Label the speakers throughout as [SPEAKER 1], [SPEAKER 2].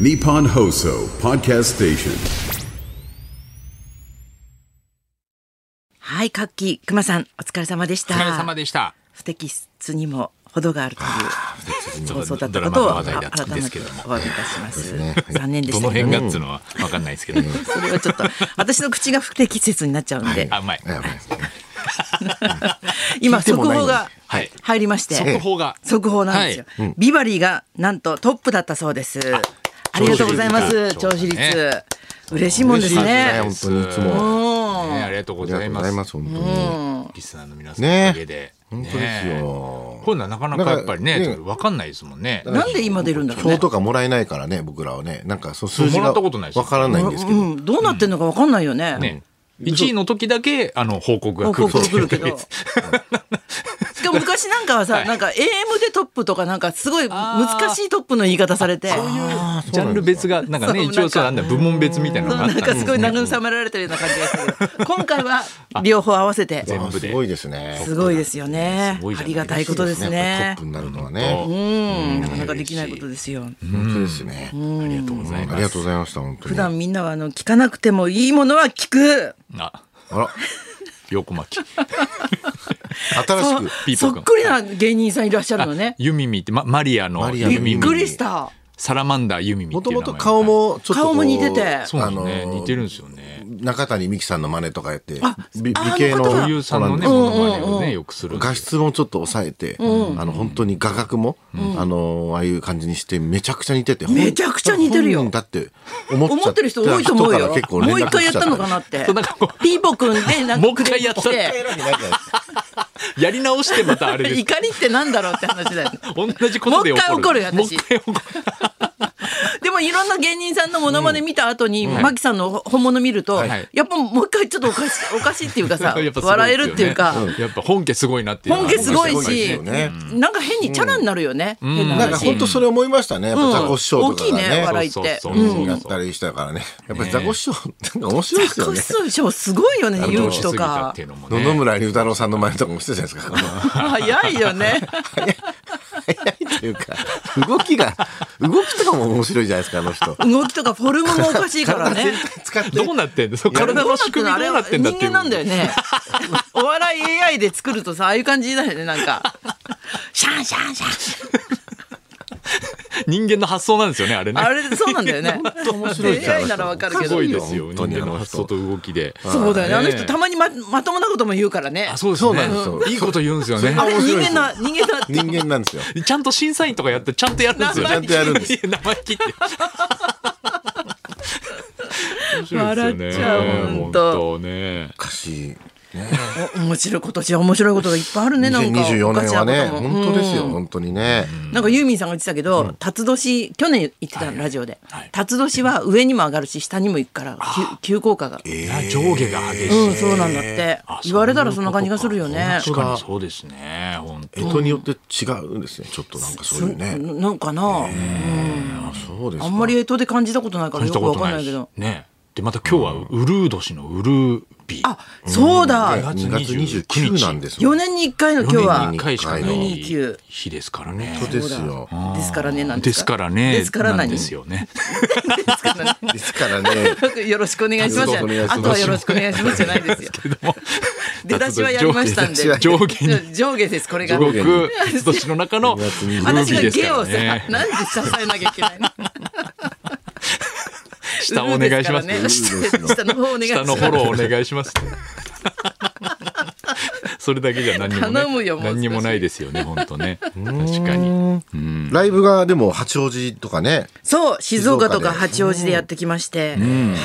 [SPEAKER 1] Nippon Hoso Podcast Station.
[SPEAKER 2] はい、活気、熊さん、お疲れ様でし
[SPEAKER 3] お
[SPEAKER 2] た。
[SPEAKER 3] 疲れ様でした。
[SPEAKER 2] 不適切にも程があるという放送だったこと
[SPEAKER 3] ド
[SPEAKER 2] を
[SPEAKER 3] ラマの話題だった
[SPEAKER 2] 改
[SPEAKER 3] んで
[SPEAKER 2] め
[SPEAKER 3] す
[SPEAKER 2] て
[SPEAKER 3] けども
[SPEAKER 2] お詫びいたします。
[SPEAKER 4] はい
[SPEAKER 2] 残念でした
[SPEAKER 3] どの
[SPEAKER 2] けど
[SPEAKER 3] 辺
[SPEAKER 2] ね。
[SPEAKER 3] がっつうのは分かんないですけど、
[SPEAKER 2] それはちょっと、私の口が不適切になっちゃうんで、
[SPEAKER 3] あうまい。
[SPEAKER 4] やばいですね
[SPEAKER 2] 今、
[SPEAKER 4] 聞いて
[SPEAKER 2] 速
[SPEAKER 4] もない
[SPEAKER 2] 報が
[SPEAKER 3] はい
[SPEAKER 2] 入りまして、
[SPEAKER 3] 速報が
[SPEAKER 2] 速報なんですよ、ビバリーがなんとトップだったそうです。ありがとうございます、
[SPEAKER 3] 聴
[SPEAKER 2] 調
[SPEAKER 3] 取
[SPEAKER 2] 子
[SPEAKER 3] 率
[SPEAKER 2] 率
[SPEAKER 3] が
[SPEAKER 2] 嬉しいもんです
[SPEAKER 3] 嬉しいです
[SPEAKER 2] ね
[SPEAKER 3] ね。
[SPEAKER 4] 本当にいつも。
[SPEAKER 3] ねありがとう
[SPEAKER 4] あ
[SPEAKER 3] ご
[SPEAKER 4] りが
[SPEAKER 3] ざ
[SPEAKER 4] と
[SPEAKER 3] いう
[SPEAKER 4] ご
[SPEAKER 3] ま
[SPEAKER 4] ざい
[SPEAKER 3] す。
[SPEAKER 4] ます、本当に。
[SPEAKER 3] リスナーの皆さんのおかげで。本
[SPEAKER 4] 当ですよ
[SPEAKER 3] 今度はなかなかやっぱりね、
[SPEAKER 4] なん
[SPEAKER 3] ち
[SPEAKER 4] か
[SPEAKER 3] ょっと分かんないですもんね。
[SPEAKER 2] なんで今出るんだろうね
[SPEAKER 4] 票とかもらえないからね、僕らはね、なんかそう数字
[SPEAKER 3] もら
[SPEAKER 4] が
[SPEAKER 3] ったことないです
[SPEAKER 4] わからないんですけど、
[SPEAKER 2] うん、どうなってんのかわかんないよね。
[SPEAKER 3] ね。1位の時だけ、あの、報告が来るって
[SPEAKER 2] 報告
[SPEAKER 3] い
[SPEAKER 2] 来
[SPEAKER 3] う
[SPEAKER 2] るけ どしかも昔なんかはさ、なんか AM でトップとかなんかすごい難しいトップの言い方されて。そういう
[SPEAKER 3] ジャンル別が、なんかね、
[SPEAKER 2] そう
[SPEAKER 3] 一応そう、
[SPEAKER 2] な
[SPEAKER 3] なんん
[SPEAKER 2] か
[SPEAKER 3] だ、部門別みたいなのがあっ
[SPEAKER 2] なん
[SPEAKER 3] た
[SPEAKER 2] か
[SPEAKER 3] んですす
[SPEAKER 2] ごい
[SPEAKER 3] ね。
[SPEAKER 2] 慰められてるような感じがするけど、今回は両方合わせて。
[SPEAKER 3] 部です
[SPEAKER 4] ごいですね。
[SPEAKER 2] すごいですよね
[SPEAKER 3] すごい。じ
[SPEAKER 2] あ
[SPEAKER 3] ゃない
[SPEAKER 2] りがたいことですね
[SPEAKER 4] トップ。になるのは
[SPEAKER 3] 本
[SPEAKER 2] う
[SPEAKER 4] ね、
[SPEAKER 2] ん、なかなかできないことですよ。
[SPEAKER 4] 本当ですね。
[SPEAKER 3] 当ありがとうござい
[SPEAKER 4] あ
[SPEAKER 3] ま
[SPEAKER 4] りが
[SPEAKER 3] す
[SPEAKER 4] とう。ございました、本当
[SPEAKER 2] 普
[SPEAKER 4] に。
[SPEAKER 2] 段みんなはあの聞かなくてもいいものは聞く。
[SPEAKER 3] あ、
[SPEAKER 4] あら、
[SPEAKER 3] 横巻き。
[SPEAKER 4] 新しく。
[SPEAKER 3] ピーポ
[SPEAKER 2] そ
[SPEAKER 3] ー
[SPEAKER 2] っ
[SPEAKER 3] 君
[SPEAKER 2] くりな芸人さんいらっしゃるのね。
[SPEAKER 3] ユミミって、まマリアの
[SPEAKER 4] マリア
[SPEAKER 3] ユ
[SPEAKER 4] の
[SPEAKER 2] び
[SPEAKER 3] ミミ
[SPEAKER 2] っくりした。
[SPEAKER 3] サラマンダーユミミ
[SPEAKER 4] も
[SPEAKER 3] って
[SPEAKER 4] と
[SPEAKER 3] いう名
[SPEAKER 4] も
[SPEAKER 3] 前
[SPEAKER 4] と顔もちょっとこう
[SPEAKER 2] 顔も似てて
[SPEAKER 3] そうなんですね、
[SPEAKER 4] あのー
[SPEAKER 3] 似てるんですよね
[SPEAKER 4] 中谷美紀さんの真似とかやって
[SPEAKER 2] あ
[SPEAKER 4] 美
[SPEAKER 2] あ
[SPEAKER 4] 美形
[SPEAKER 2] あの方だ
[SPEAKER 3] 女優さんのね
[SPEAKER 4] そう
[SPEAKER 3] モ
[SPEAKER 4] な
[SPEAKER 3] ノ
[SPEAKER 4] んです
[SPEAKER 3] マネをねよくするんです
[SPEAKER 4] 画質もちょっと抑えて、あの本当に画角も、あのああいう感じにしてめちゃくちゃ似てて
[SPEAKER 2] めちゃくちゃ似てるよ
[SPEAKER 4] 本人だって思っちゃ
[SPEAKER 2] 思ってる人多いと思うよ
[SPEAKER 4] 人から結。構連
[SPEAKER 2] も
[SPEAKER 4] 絡
[SPEAKER 2] う一回やったのかなって
[SPEAKER 3] そうなんかこ。
[SPEAKER 2] ピーポくんでなんか
[SPEAKER 3] もう一回やったって
[SPEAKER 2] クレーム来て
[SPEAKER 3] やり直してまたあれです
[SPEAKER 2] 怒りってなんだろうって話だよね。
[SPEAKER 3] 同じことで
[SPEAKER 2] もう
[SPEAKER 3] 怒る
[SPEAKER 2] 一回怒るよ私
[SPEAKER 3] もう一回怒る
[SPEAKER 2] でもいろんな芸人さんのモノマネ見た後に、マキさんの本物見ると、
[SPEAKER 3] い
[SPEAKER 2] やっぱもう一回ちょっとおかし い、おかしいっていうかさ、
[SPEAKER 3] やっぱすごですよね
[SPEAKER 2] 笑えるっていうか、
[SPEAKER 3] んやっぱ本家すごいなっていうのは
[SPEAKER 2] 本家すごい
[SPEAKER 4] 本家すごい
[SPEAKER 2] し、
[SPEAKER 4] ですよね
[SPEAKER 2] なんか変にチャラになるよね。変な
[SPEAKER 4] なんか
[SPEAKER 2] 話。
[SPEAKER 4] 本当それ思いましたね。やっぱザコシショウとかが
[SPEAKER 2] 大きいね
[SPEAKER 4] ね、
[SPEAKER 2] 笑い
[SPEAKER 3] そうそうそう
[SPEAKER 2] 笑いって
[SPEAKER 3] そう
[SPEAKER 4] や
[SPEAKER 3] そう
[SPEAKER 4] っ
[SPEAKER 3] そう
[SPEAKER 4] たりしたからね。やっぱりザコシショウなんか面白いです
[SPEAKER 2] ザ
[SPEAKER 4] よ
[SPEAKER 2] コ
[SPEAKER 4] ね。
[SPEAKER 2] シショウすごいよね、勇気とか
[SPEAKER 3] 過ぎたっていう。のも
[SPEAKER 4] 野
[SPEAKER 3] ね
[SPEAKER 4] 々村龍太郎さんの前とかもしてたじゃないですか。
[SPEAKER 2] 早いよね。
[SPEAKER 4] 早いというか、動きが、動きとかも面白いじゃないですか、あの人。
[SPEAKER 2] 動きとかフォルムもおかしいからね。
[SPEAKER 4] 使って
[SPEAKER 3] どうなってんだそう 体の仕組みどうなってんだっていう
[SPEAKER 2] 人間なんだよねお笑い AI で作るとさああいう感じだよねなんかシャンシャンシ ャン
[SPEAKER 3] 人間の発想なんですよねあれね
[SPEAKER 2] あれそうなんだよね
[SPEAKER 4] 面白いじゃん
[SPEAKER 2] AI ならわかるけ
[SPEAKER 3] す
[SPEAKER 2] ど
[SPEAKER 3] ごいですよ
[SPEAKER 4] 本
[SPEAKER 3] 人
[SPEAKER 4] 当に
[SPEAKER 3] 間の発想と動きで
[SPEAKER 2] そうだよねあの人た
[SPEAKER 3] ま
[SPEAKER 2] まにままともなことも言うからね
[SPEAKER 3] あそうですね
[SPEAKER 4] そうなんですよ
[SPEAKER 3] いいこと言うんですよね
[SPEAKER 2] あれ
[SPEAKER 4] 面
[SPEAKER 2] 人
[SPEAKER 4] 白いですよ
[SPEAKER 2] 間の人間の
[SPEAKER 4] 人間なんですよ。
[SPEAKER 3] ちゃんと審査員とかやってちゃんとやるん ですよね
[SPEAKER 4] ちゃんとやるんです
[SPEAKER 3] い生意気って面白い
[SPEAKER 2] 笑
[SPEAKER 3] で
[SPEAKER 2] っ
[SPEAKER 3] す
[SPEAKER 2] ち
[SPEAKER 3] よね
[SPEAKER 2] ゃう本当
[SPEAKER 3] 本当ね
[SPEAKER 4] おかしい。
[SPEAKER 2] お面白い今年は面白いことがいっぱいあるねなんか
[SPEAKER 4] 2024年はね、
[SPEAKER 2] おかしなことも
[SPEAKER 4] 本当ですよ、本当にね。
[SPEAKER 2] なんかユーミンさんが言ってたけど、辰年去年言ってたのラジオで、
[SPEAKER 3] はい
[SPEAKER 2] 辰年は上にも上がるし下にも行くから急急降下が、
[SPEAKER 3] な上下が激しい
[SPEAKER 2] うんそうなんだって
[SPEAKER 3] あ
[SPEAKER 2] 言われたらそんな感じがするよね
[SPEAKER 3] そういうことか確かにそうですね本当
[SPEAKER 4] 干支によって違うんですね、ちょっとなんかそういうね。
[SPEAKER 2] ななんかな、
[SPEAKER 4] あ、そうです
[SPEAKER 2] あ
[SPEAKER 4] か。
[SPEAKER 2] んまり干支で感じたことないからよ
[SPEAKER 3] 感じた
[SPEAKER 2] く
[SPEAKER 3] こ
[SPEAKER 2] わ
[SPEAKER 3] と
[SPEAKER 2] かん
[SPEAKER 3] な
[SPEAKER 2] ない
[SPEAKER 3] い
[SPEAKER 2] け
[SPEAKER 3] し
[SPEAKER 2] ど。
[SPEAKER 3] ねでまた今日はウルー年のウルー日
[SPEAKER 2] あ、そうだ。
[SPEAKER 4] 2月29日なんです
[SPEAKER 2] 4
[SPEAKER 4] よ。
[SPEAKER 2] 年に1回の今日
[SPEAKER 3] 四
[SPEAKER 2] は
[SPEAKER 3] 年に一回しかな
[SPEAKER 2] 四年
[SPEAKER 3] い
[SPEAKER 2] に一級
[SPEAKER 3] 日ですからね
[SPEAKER 4] 本当ですよ。
[SPEAKER 2] ですからねなんで
[SPEAKER 3] ですす
[SPEAKER 2] か。
[SPEAKER 3] からね
[SPEAKER 2] ですから
[SPEAKER 3] な
[SPEAKER 2] 何
[SPEAKER 3] んですよね
[SPEAKER 2] ですからね。
[SPEAKER 4] ですから ね。
[SPEAKER 2] よろしくお願いします。
[SPEAKER 4] よろしくお願いします
[SPEAKER 2] あとはよろしくお願いしますじゃないですよ。出だしはやりましたんで。
[SPEAKER 3] 上下に
[SPEAKER 2] 上下ですこれが。
[SPEAKER 3] 上国辰年の中のウルー
[SPEAKER 2] 私
[SPEAKER 3] 日
[SPEAKER 2] が
[SPEAKER 3] です
[SPEAKER 2] 芸
[SPEAKER 3] か
[SPEAKER 2] を
[SPEAKER 3] ら
[SPEAKER 2] さ、
[SPEAKER 3] ね
[SPEAKER 2] なんで支えなきゃいけないの。
[SPEAKER 3] 下お願いします
[SPEAKER 2] ウルーですからね下の方お願いし
[SPEAKER 3] 下
[SPEAKER 2] ます。
[SPEAKER 3] のフォローお願いします。 それだけじゃ何にも、ね、
[SPEAKER 2] 頼むよもう少し
[SPEAKER 3] 何にもないですよね、本当ね。確かに。
[SPEAKER 4] ライブがでも八王子とかね、
[SPEAKER 2] そう静岡と
[SPEAKER 4] 静
[SPEAKER 2] か
[SPEAKER 4] 岡で
[SPEAKER 2] 八王子でやってきまして、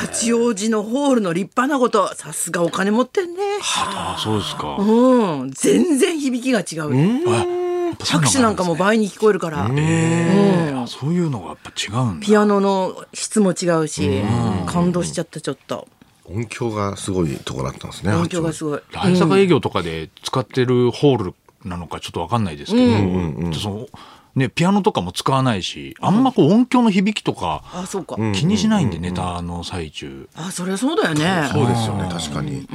[SPEAKER 2] 八王子のホールの立派なことさすがお金持ってんね
[SPEAKER 3] ああ、そうですか。
[SPEAKER 2] うん全然響きが違う、拍手なんかも倍に聞こえるから、
[SPEAKER 3] ええそういうのがやっぱ違うんだ。
[SPEAKER 2] ピアノの質も違うし、感動しちゃったちょっと
[SPEAKER 4] 音響がすごいとこだったんですね。
[SPEAKER 2] 音響がすごい
[SPEAKER 3] 来阪営業とかで使ってるホールなのかちょっとわかんないですけど、そのね、ピアノとかも使わないし、あんまこう音響の響きとか
[SPEAKER 2] あそうか、
[SPEAKER 3] 気にしないんで、ネタの最中。
[SPEAKER 2] あそりゃそうだよね
[SPEAKER 4] そうですよね確かに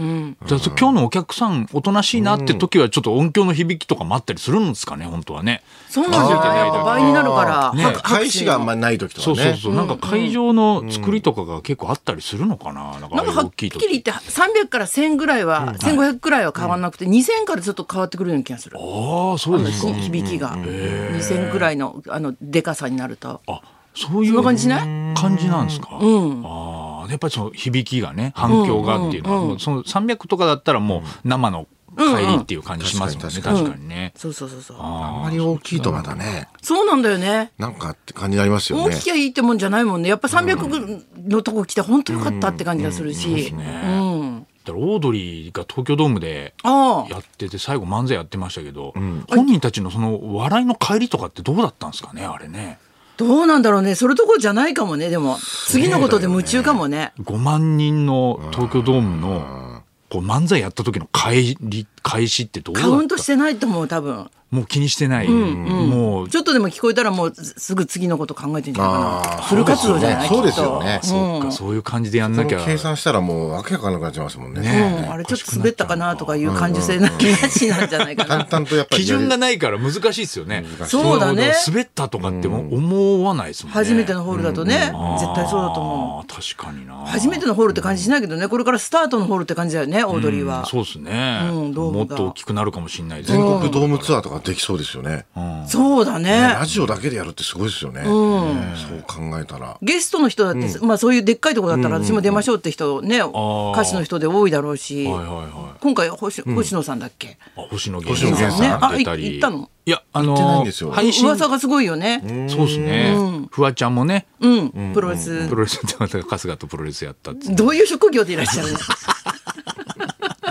[SPEAKER 3] じゃあ今日のお客さんおとなしいなって時はちょっと音響の響きとかもあったりするんですかね本当はね。
[SPEAKER 2] そうなんだよやっぱ倍になるから、
[SPEAKER 3] ね
[SPEAKER 2] 拍手
[SPEAKER 4] 返しがあんまりない時とか
[SPEAKER 3] そう
[SPEAKER 4] ね
[SPEAKER 3] そうそう、なんか会場の作りとかが結構あったりするのかな、なんか
[SPEAKER 2] なん
[SPEAKER 3] ああい
[SPEAKER 2] か
[SPEAKER 3] う
[SPEAKER 2] は
[SPEAKER 3] 大
[SPEAKER 2] っ
[SPEAKER 3] き
[SPEAKER 2] き
[SPEAKER 3] い
[SPEAKER 2] り
[SPEAKER 3] 時
[SPEAKER 2] 言って300から1000ぐらいは、1500ぐらいは変わらなくて2000からちょっと変わってくるような気がする
[SPEAKER 3] ああそうですか、
[SPEAKER 2] ひ響きが2000ぐらいのあのでかさになると
[SPEAKER 3] あそうい
[SPEAKER 2] そ
[SPEAKER 3] う
[SPEAKER 2] んな感じしない
[SPEAKER 3] 感じなんですか、
[SPEAKER 2] ん
[SPEAKER 3] ああやっぱりその響きがね反響がっていうのは、もうその300とかだったらもう生の帰りっていう感じしますもんね、
[SPEAKER 4] うんうん
[SPEAKER 3] 確かにね、
[SPEAKER 2] そうそうそうそう
[SPEAKER 4] あんまり大きいとまだね
[SPEAKER 2] そうなんだよね
[SPEAKER 4] なんかって感じになりますよ
[SPEAKER 2] 大
[SPEAKER 4] ね
[SPEAKER 2] ききゃいいってもんじゃないもんねやっぱ300のとこ来て本当よかったって感じがするしうん
[SPEAKER 3] だからオードリーが東京ドームで
[SPEAKER 2] ああ
[SPEAKER 3] やってて最後漫才やってましたけど、本人たちのその笑いの帰りとかってどうだったんですかねあれね
[SPEAKER 2] どうなんだろうねそれどころじゃないかもねでも次のことで夢中かもね
[SPEAKER 3] 5万人の東京ドームのこう漫才やった時の帰り開始ってどうだっ
[SPEAKER 2] カ
[SPEAKER 3] た
[SPEAKER 2] ウントしてないと思う多分
[SPEAKER 3] もう気にしてない、もう
[SPEAKER 2] ちょっとでも聞こえたらもうすぐ次のこと考えてんじゃないかなフル活動じゃない
[SPEAKER 4] そうですよね
[SPEAKER 2] きっと
[SPEAKER 4] そう
[SPEAKER 3] そっかそういう感じでやんなきゃ
[SPEAKER 4] 計算したらもうわけわかんなくなっちゃいますもんね
[SPEAKER 2] うんあれちょっと滑ったかなとかいう感受性な気なしなんじゃないかな
[SPEAKER 4] 淡々とやっぱり
[SPEAKER 3] 基準がないから難しいですよね
[SPEAKER 2] そうだね
[SPEAKER 3] の滑ったとかっても思わないですもんね
[SPEAKER 2] 初めてのホールだとね、絶対そうだと思う。
[SPEAKER 3] あー確かにな
[SPEAKER 2] 初めてのホールって感じしないけどね、これからスタートのホールって感じだよね、オードリーは。
[SPEAKER 3] そうですね、
[SPEAKER 2] うんドー
[SPEAKER 3] もっ
[SPEAKER 2] ムが
[SPEAKER 3] と大きくなるかもしれないです
[SPEAKER 4] 全
[SPEAKER 3] ね
[SPEAKER 4] 国ドームツアーとかできそうですよね
[SPEAKER 2] そうだね
[SPEAKER 4] ラ。ジオだけでやるってすごいですよねそう考えたら
[SPEAKER 2] ゲストの人だって、まあそういうでっかいとこだったら、私も出ましょうって人ね、
[SPEAKER 3] ー
[SPEAKER 2] 歌手の人で多いだろうし、
[SPEAKER 3] はいはいはい
[SPEAKER 2] 今回星星野さんだっけ、
[SPEAKER 3] あ星野源
[SPEAKER 4] 星野源さん
[SPEAKER 3] 出たり
[SPEAKER 2] ねあい行ったの
[SPEAKER 3] いやあの
[SPEAKER 4] 行ってないんですよ
[SPEAKER 3] 配信
[SPEAKER 2] 噂がすごいよね。
[SPEAKER 3] そうですね、フワちゃんもね
[SPEAKER 2] うん、プロレス
[SPEAKER 3] プ。ロレスってまた春日とプロレスやったって
[SPEAKER 2] どういう職業でいらっしゃるの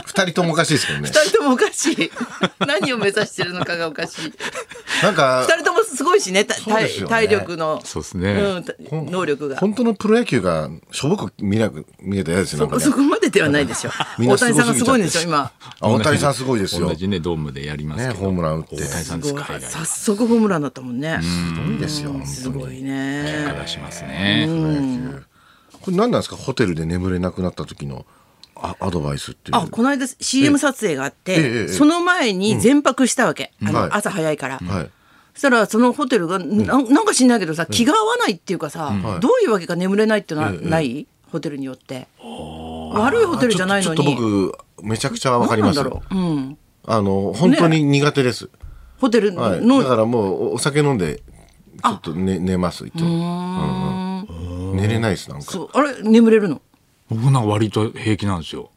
[SPEAKER 4] 二人ともおかしいですけどね
[SPEAKER 2] 二人ともおかしい。何を目指してるのかがおかしい。
[SPEAKER 4] なんか
[SPEAKER 2] 二人ともすごいしね、た
[SPEAKER 4] そうですよね
[SPEAKER 2] 体体力の。
[SPEAKER 3] そうですね
[SPEAKER 2] うんた能力が。
[SPEAKER 4] 本当のプロ野球がしょぼく見なく見えたら嫌ですよなんかね
[SPEAKER 2] そこまでではないでしょ。
[SPEAKER 4] みんな
[SPEAKER 2] 大
[SPEAKER 4] す
[SPEAKER 2] 谷
[SPEAKER 4] ごすぎ
[SPEAKER 2] さんが
[SPEAKER 4] ちゃって
[SPEAKER 2] すごいんですよ、今。
[SPEAKER 4] あ大谷さんすごいですよ
[SPEAKER 3] 同じねドームでやります
[SPEAKER 4] ね
[SPEAKER 3] けど、
[SPEAKER 4] ホームラン打って
[SPEAKER 3] 大谷さんですか海外
[SPEAKER 2] 早速ホームランだったもんね。
[SPEAKER 4] いいですよ本
[SPEAKER 2] す
[SPEAKER 4] 当に
[SPEAKER 2] ごいね。
[SPEAKER 3] 出しますね、
[SPEAKER 4] これ何なんですかホテルで眠れなくなった時のあアドバイスっていう
[SPEAKER 2] あこの間 CM 撮影があっ
[SPEAKER 4] えええ
[SPEAKER 2] て
[SPEAKER 4] え
[SPEAKER 2] その前に全泊したわけ、あ
[SPEAKER 4] はい
[SPEAKER 2] の朝早いから、
[SPEAKER 4] はい
[SPEAKER 2] そしたらそのホテルがななんか知んないけどさ気が合わないっていうかさ、どういうわけか眠れないってのはない、ホテルによって悪いホテルじゃないのに
[SPEAKER 4] ちょっとちょっと僕めちゃくちゃわかり
[SPEAKER 2] なん
[SPEAKER 4] ま
[SPEAKER 2] だ
[SPEAKER 4] す
[SPEAKER 2] ろう、うん、
[SPEAKER 4] あの本当に苦手です、
[SPEAKER 2] ホテルの、
[SPEAKER 4] はい、だからもうおお酒飲んでちょっと寝寝ます一応うんうん寝れないですなんか
[SPEAKER 2] そうあれ眠れるの
[SPEAKER 3] 僕なんか割と平気なんです よ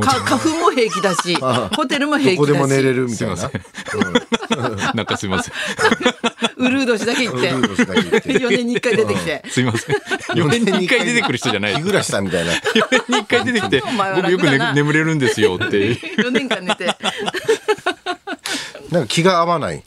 [SPEAKER 2] か花粉も平気だ しホテルも平
[SPEAKER 4] どこ
[SPEAKER 2] 気
[SPEAKER 4] でも
[SPEAKER 2] だ
[SPEAKER 4] 寝
[SPEAKER 2] し
[SPEAKER 4] れるみたいな
[SPEAKER 3] すいません
[SPEAKER 4] うん
[SPEAKER 3] なんかすいません。
[SPEAKER 2] ウルードしだけ行っ
[SPEAKER 4] ルード氏だけ言って
[SPEAKER 2] て 四年に一回出てきて
[SPEAKER 3] すいません。4年に1回出てくる人じゃない。
[SPEAKER 4] 日
[SPEAKER 3] 4
[SPEAKER 4] 暮らしたみたいな
[SPEAKER 3] 年に1回出てきて、
[SPEAKER 2] お前は
[SPEAKER 3] 僕よ
[SPEAKER 2] 楽
[SPEAKER 3] く、
[SPEAKER 2] だな
[SPEAKER 3] ね、眠れるんです よって。
[SPEAKER 2] 4年間寝て
[SPEAKER 4] なんか気が合わない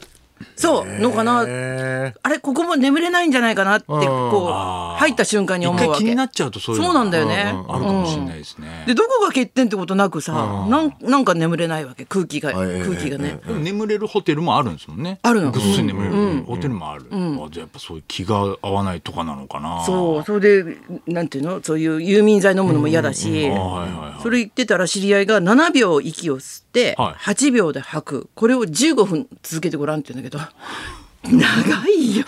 [SPEAKER 2] そうのかな
[SPEAKER 4] へ
[SPEAKER 2] あれここも眠れないんじゃないかなってこう入った瞬間に思う
[SPEAKER 3] 一
[SPEAKER 2] わ
[SPEAKER 3] 回
[SPEAKER 2] け
[SPEAKER 3] 気になっちゃうとそういうの
[SPEAKER 2] そうなんだよね
[SPEAKER 3] あるかもしれないですね。
[SPEAKER 2] でどこが欠点ってことなくさなんなんか眠れないわけ空気が
[SPEAKER 4] ええ
[SPEAKER 2] 空気がね
[SPEAKER 3] でも眠れるホテルもあるんですもんね。
[SPEAKER 2] あるの
[SPEAKER 3] ぐっすり眠れる、ホテルもある。あじゃあやっぱそういう気が合わないとかなのかな。
[SPEAKER 2] そうそれでなんていうのそういう有眠剤飲むのも嫌だし
[SPEAKER 3] あはいはいはい。
[SPEAKER 2] それ言ってたら知り合いが7秒息を吸って
[SPEAKER 3] はい
[SPEAKER 2] 8秒で吐くこれを15分続けてごらんって言うんだけど 長いよ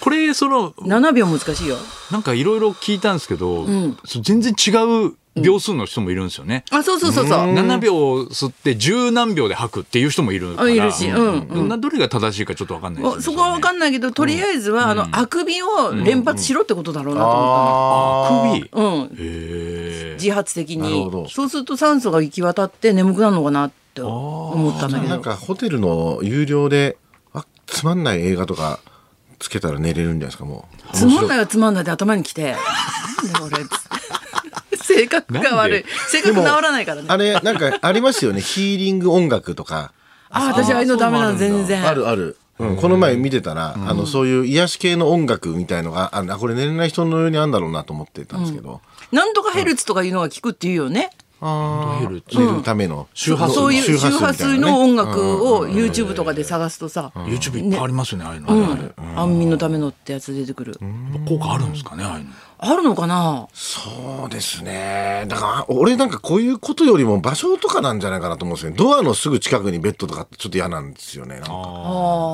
[SPEAKER 3] これ、その、
[SPEAKER 2] 7秒難しいよ
[SPEAKER 3] なんかいろいろ聞いたんですけど、そう全然違う秒数の人もいるんですよね。
[SPEAKER 2] あそうそうそうそう
[SPEAKER 3] 7秒吸って十何秒で吐くっていう人もいるから
[SPEAKER 2] あいるしうん
[SPEAKER 3] などれが正しいかちょっと分かんないですよ
[SPEAKER 2] お
[SPEAKER 3] ね
[SPEAKER 2] そこは分か
[SPEAKER 3] ん
[SPEAKER 2] んないけどとりあえずはあのあくびを連発しろってことだろうなと思
[SPEAKER 3] あ首
[SPEAKER 2] ったのうん
[SPEAKER 3] へえ
[SPEAKER 2] 自発的
[SPEAKER 4] なるほ
[SPEAKER 2] に
[SPEAKER 4] ど
[SPEAKER 2] そうすると酸素が行き渡って眠くなるのかなって思ったんだけ
[SPEAKER 4] なん
[SPEAKER 2] ど
[SPEAKER 4] かホテルの有料であつまんない映画とかつけたら寝れるんじゃないですかもう
[SPEAKER 2] つまんないはつまんないで頭にきてなんだこれ 性格が悪い性格治らないからね
[SPEAKER 4] あれなんかありますよねヒーリング音楽とか
[SPEAKER 2] あ私ああいうのダメなの全然
[SPEAKER 4] あるある、うん、この前見てたら、あのそういう癒し系の音楽みたいのがああこれ寝れない人のようにあんだろうなと思ってたんですけど、
[SPEAKER 2] なんとかヘルツとかいうのが効くっていうよね
[SPEAKER 4] あ
[SPEAKER 3] ヘルツ
[SPEAKER 4] 寝るための周波数
[SPEAKER 2] そういう周
[SPEAKER 4] みた
[SPEAKER 2] 波
[SPEAKER 4] いなね
[SPEAKER 2] 数の音楽を YouTube とかで探すとさ、
[SPEAKER 3] YouTube いっぱいありますよねああいうの
[SPEAKER 2] う
[SPEAKER 3] ね、
[SPEAKER 2] ん、安眠のためのってやつ出てくる、
[SPEAKER 3] あれ効果あるんですかねああいうの
[SPEAKER 2] あるのかな
[SPEAKER 4] そうですねだから俺なんかこういうことよりも場所とかなんじゃないかなと思うんですよねドアのすぐ近くにベッドとかってちょっと嫌なんですよねなんか
[SPEAKER 3] あ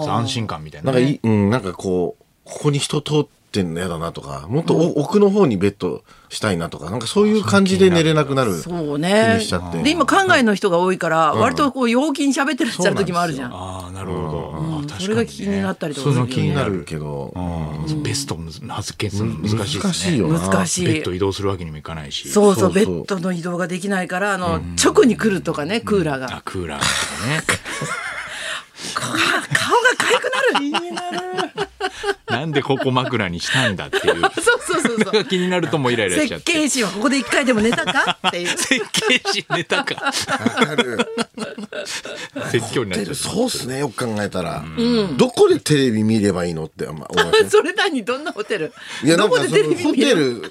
[SPEAKER 3] ー安心感みたい
[SPEAKER 4] な
[SPEAKER 3] なん
[SPEAKER 4] かい、うん、なんかこうここに人通ってんの嫌だなとかもっとお、奥の方にベッドしたいなとかなんかそういう感じで寝れなくなる
[SPEAKER 2] そうね
[SPEAKER 4] 気にしちゃって
[SPEAKER 2] で今海外の人が多いから、割とこう陽気に喋ってらっしゃる時もあるじゃん
[SPEAKER 3] ああなるほど、あ確かにね
[SPEAKER 2] それが気になったりとか
[SPEAKER 3] そう
[SPEAKER 2] す
[SPEAKER 3] い
[SPEAKER 2] るよ
[SPEAKER 3] うの
[SPEAKER 2] ね
[SPEAKER 3] 気
[SPEAKER 4] 気
[SPEAKER 3] に
[SPEAKER 4] に
[SPEAKER 3] な
[SPEAKER 4] な
[SPEAKER 3] る
[SPEAKER 4] るけど
[SPEAKER 3] うんベストむず発見するの難しいですね
[SPEAKER 4] 難しいよな
[SPEAKER 2] 難しい
[SPEAKER 3] ベッド移動するわけにもいかないし
[SPEAKER 2] そうそう
[SPEAKER 4] そうそう
[SPEAKER 2] ベッドの移動ができないからあの、直に来るとかねクーラーが、
[SPEAKER 3] あクーラーとかね
[SPEAKER 2] か顔がかゆくなる
[SPEAKER 3] なんでここ枕にしたんだっていう
[SPEAKER 2] そうそうそう
[SPEAKER 3] の
[SPEAKER 2] そう
[SPEAKER 3] が気になるともうイライラしちゃっ
[SPEAKER 2] 設
[SPEAKER 3] て
[SPEAKER 2] 計士はここで一回でも寝たかって いう
[SPEAKER 3] 設計士ネタか説教になっちゃう
[SPEAKER 4] そうっすねよく考えたら、どこでテレビ見ればいいのってあんま思いません
[SPEAKER 2] それ何どんなホテル
[SPEAKER 4] いや、な
[SPEAKER 2] ど
[SPEAKER 4] んか
[SPEAKER 2] こ
[SPEAKER 4] そ
[SPEAKER 2] で
[SPEAKER 4] の
[SPEAKER 2] テレビ
[SPEAKER 4] ホ
[SPEAKER 2] 見
[SPEAKER 4] テ
[SPEAKER 2] る
[SPEAKER 4] ル、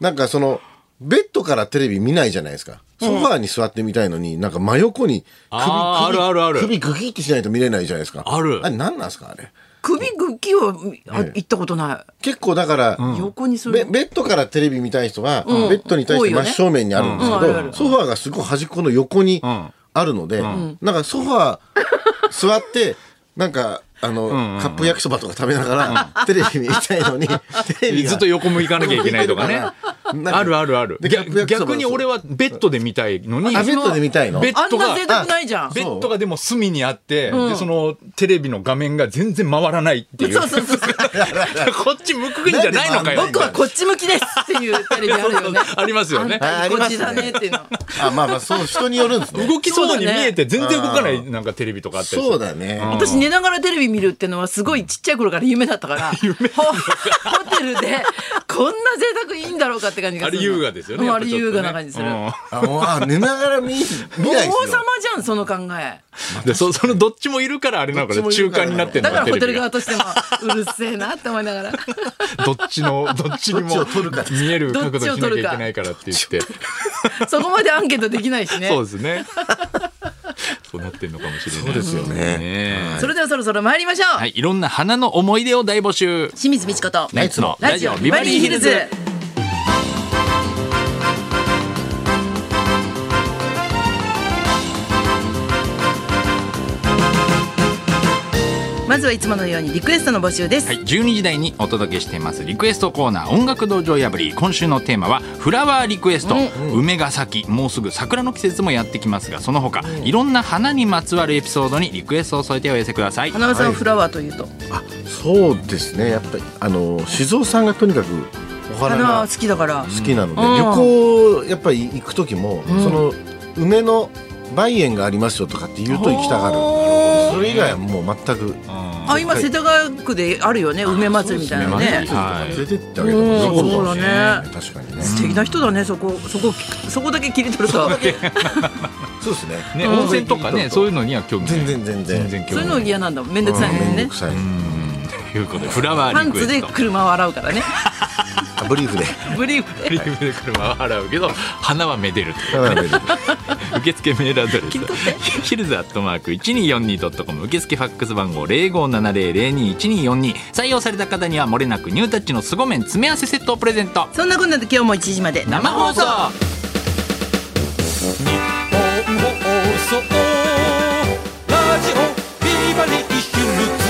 [SPEAKER 4] なんかその、ベッドからテレビ見ないじゃないですか。ソファーに座ってみたいのに、なんか真横に首、
[SPEAKER 3] あー
[SPEAKER 4] 首
[SPEAKER 3] あるあるある
[SPEAKER 4] 首グキってしないと見れないじゃないですか。
[SPEAKER 3] ある
[SPEAKER 4] あれ何なんですか、あれ。
[SPEAKER 2] 首ぐっきをあ行ったことない、
[SPEAKER 4] 結構だから、
[SPEAKER 2] 横にす
[SPEAKER 4] ベ
[SPEAKER 2] る
[SPEAKER 4] ベッドからテレビ見たい人は、ベッドに対して真正面にあるんですけど、
[SPEAKER 2] 多いよねうんうんあるある
[SPEAKER 4] ソファーがすごい端っこの横に
[SPEAKER 3] ん
[SPEAKER 4] あるので、なんかソファー座ってなんかあの、カップ焼きそばとか食べながら、テレビ見たいのにテレビが
[SPEAKER 3] ずっと横向かなきゃいけないとかね
[SPEAKER 4] なんか
[SPEAKER 3] あるあるある
[SPEAKER 4] で
[SPEAKER 3] 逆
[SPEAKER 4] 逆
[SPEAKER 3] 逆に俺はベッドで見たいのに
[SPEAKER 4] あベッドで見たいの
[SPEAKER 3] ベッ
[SPEAKER 2] あん
[SPEAKER 3] ド
[SPEAKER 2] な
[SPEAKER 3] が
[SPEAKER 2] 贅沢ないじゃん
[SPEAKER 3] ベッドがでも隅にあって、でそのテレビの画面が全然回らないっていう
[SPEAKER 2] そうそうそう
[SPEAKER 3] こっち向くんじゃないのかよ
[SPEAKER 2] 僕はこっち向きですっていうテレビあるよね
[SPEAKER 3] ありますよね
[SPEAKER 2] あんたこっちだねっていうの
[SPEAKER 4] あまあまあそう人によるんですね
[SPEAKER 3] 動きそうに見えて
[SPEAKER 2] そ
[SPEAKER 3] 全然動かないなんかテレビとかあったりす
[SPEAKER 4] そう
[SPEAKER 3] る
[SPEAKER 4] だね、
[SPEAKER 2] 私寝ながらテレビ見るってのはすごいちっちゃい頃から夢だった からほホテルでこんな贅沢いいんだろうかって感じが
[SPEAKER 3] あ
[SPEAKER 2] する
[SPEAKER 3] れ
[SPEAKER 2] の
[SPEAKER 3] 優雅ですよね
[SPEAKER 2] うん
[SPEAKER 3] や
[SPEAKER 2] あ
[SPEAKER 3] っぱ
[SPEAKER 2] れ
[SPEAKER 3] ちょ
[SPEAKER 2] 優
[SPEAKER 3] っとね
[SPEAKER 2] 雅な感じする、
[SPEAKER 3] うん
[SPEAKER 4] あもうあ寝ながら見見ないですよ
[SPEAKER 2] 王様じゃんその考え
[SPEAKER 3] でそそのどっちもいるからあれなのか
[SPEAKER 4] ど
[SPEAKER 3] な
[SPEAKER 4] っちもい
[SPEAKER 3] 中
[SPEAKER 4] るから
[SPEAKER 3] 間になってんの
[SPEAKER 2] だから
[SPEAKER 3] かテ
[SPEAKER 2] ホテ
[SPEAKER 3] レ
[SPEAKER 2] ル
[SPEAKER 3] ビ
[SPEAKER 2] 側
[SPEAKER 3] が
[SPEAKER 2] としてもうるせえなって思いながら
[SPEAKER 3] どっちのどっちにも
[SPEAKER 4] どっちを取るか
[SPEAKER 3] 見える
[SPEAKER 2] ど
[SPEAKER 3] 角度
[SPEAKER 2] っ
[SPEAKER 3] にし
[SPEAKER 2] ちを
[SPEAKER 3] なきゃ
[SPEAKER 2] 取
[SPEAKER 3] い
[SPEAKER 2] るか
[SPEAKER 3] けないからって言って
[SPEAKER 2] そこまでアンケートできないしね
[SPEAKER 3] そうですねそうなってんのかもしれないそうですよねえ
[SPEAKER 2] それではそろそろ参りましょう、
[SPEAKER 3] はいいろんな花の思い出を大募集
[SPEAKER 2] 清水美智子と
[SPEAKER 3] ナイツの
[SPEAKER 2] ラジオビバリーヒルズまずはいつものようにリクエストの募集です、
[SPEAKER 3] はい、12時台にお届けしていますリクエストコーナー音楽道場破り今週のテーマはフラワーリクエスト、梅が咲きもうすぐ桜の季節もやってきますがその他、いろんな花にまつわるエピソードにリクエストを添えてお寄せください
[SPEAKER 2] 花輪さんフラワーというと、
[SPEAKER 4] あそうですねやっぱりあの静雄さんがとにかくお花
[SPEAKER 2] 花
[SPEAKER 4] が
[SPEAKER 2] 輪好きだから、
[SPEAKER 4] 好きなので、
[SPEAKER 2] うん
[SPEAKER 4] 旅行やっぱり行く時も、その梅の梅園がありますよとかって言うと行きたがるそれ以外はもう全く
[SPEAKER 2] あ今世田谷区であるよね梅祭りみたいなね
[SPEAKER 3] そうです
[SPEAKER 4] とか連れてってあげた
[SPEAKER 2] うん
[SPEAKER 4] も
[SPEAKER 2] そうだね
[SPEAKER 4] 確かにね
[SPEAKER 2] 素敵な人だねそこそこそこだけ切り取ると
[SPEAKER 4] そうですね
[SPEAKER 3] ね、温泉とかね、そういうのには興味ない
[SPEAKER 4] 全然全
[SPEAKER 3] 全
[SPEAKER 4] 然
[SPEAKER 3] 然興
[SPEAKER 2] そういう
[SPEAKER 3] 味な
[SPEAKER 2] の
[SPEAKER 3] い
[SPEAKER 2] 嫌なんだもん面倒くさいもん
[SPEAKER 4] めん
[SPEAKER 2] ね
[SPEAKER 4] どくさい
[SPEAKER 3] ということでフラワ
[SPEAKER 2] パ
[SPEAKER 3] ーリ
[SPEAKER 2] ン
[SPEAKER 3] ク
[SPEAKER 2] ツ
[SPEAKER 3] エ
[SPEAKER 2] で
[SPEAKER 3] スト
[SPEAKER 2] 車を洗うからね
[SPEAKER 4] あブリーフで
[SPEAKER 2] ブリーフで
[SPEAKER 3] リーブで車は払うけど花はめでるという
[SPEAKER 4] はい
[SPEAKER 3] 受付メールアドレスヒルズアットマーク 1242.com 受付ファックス番号0570021242採用された方にはもれなくニュータッチの凄麺詰め合わせセットをプレゼント
[SPEAKER 2] そんなこんなで今日も1時まで
[SPEAKER 3] 生放送
[SPEAKER 5] 放送ラジオビバリーヒルズ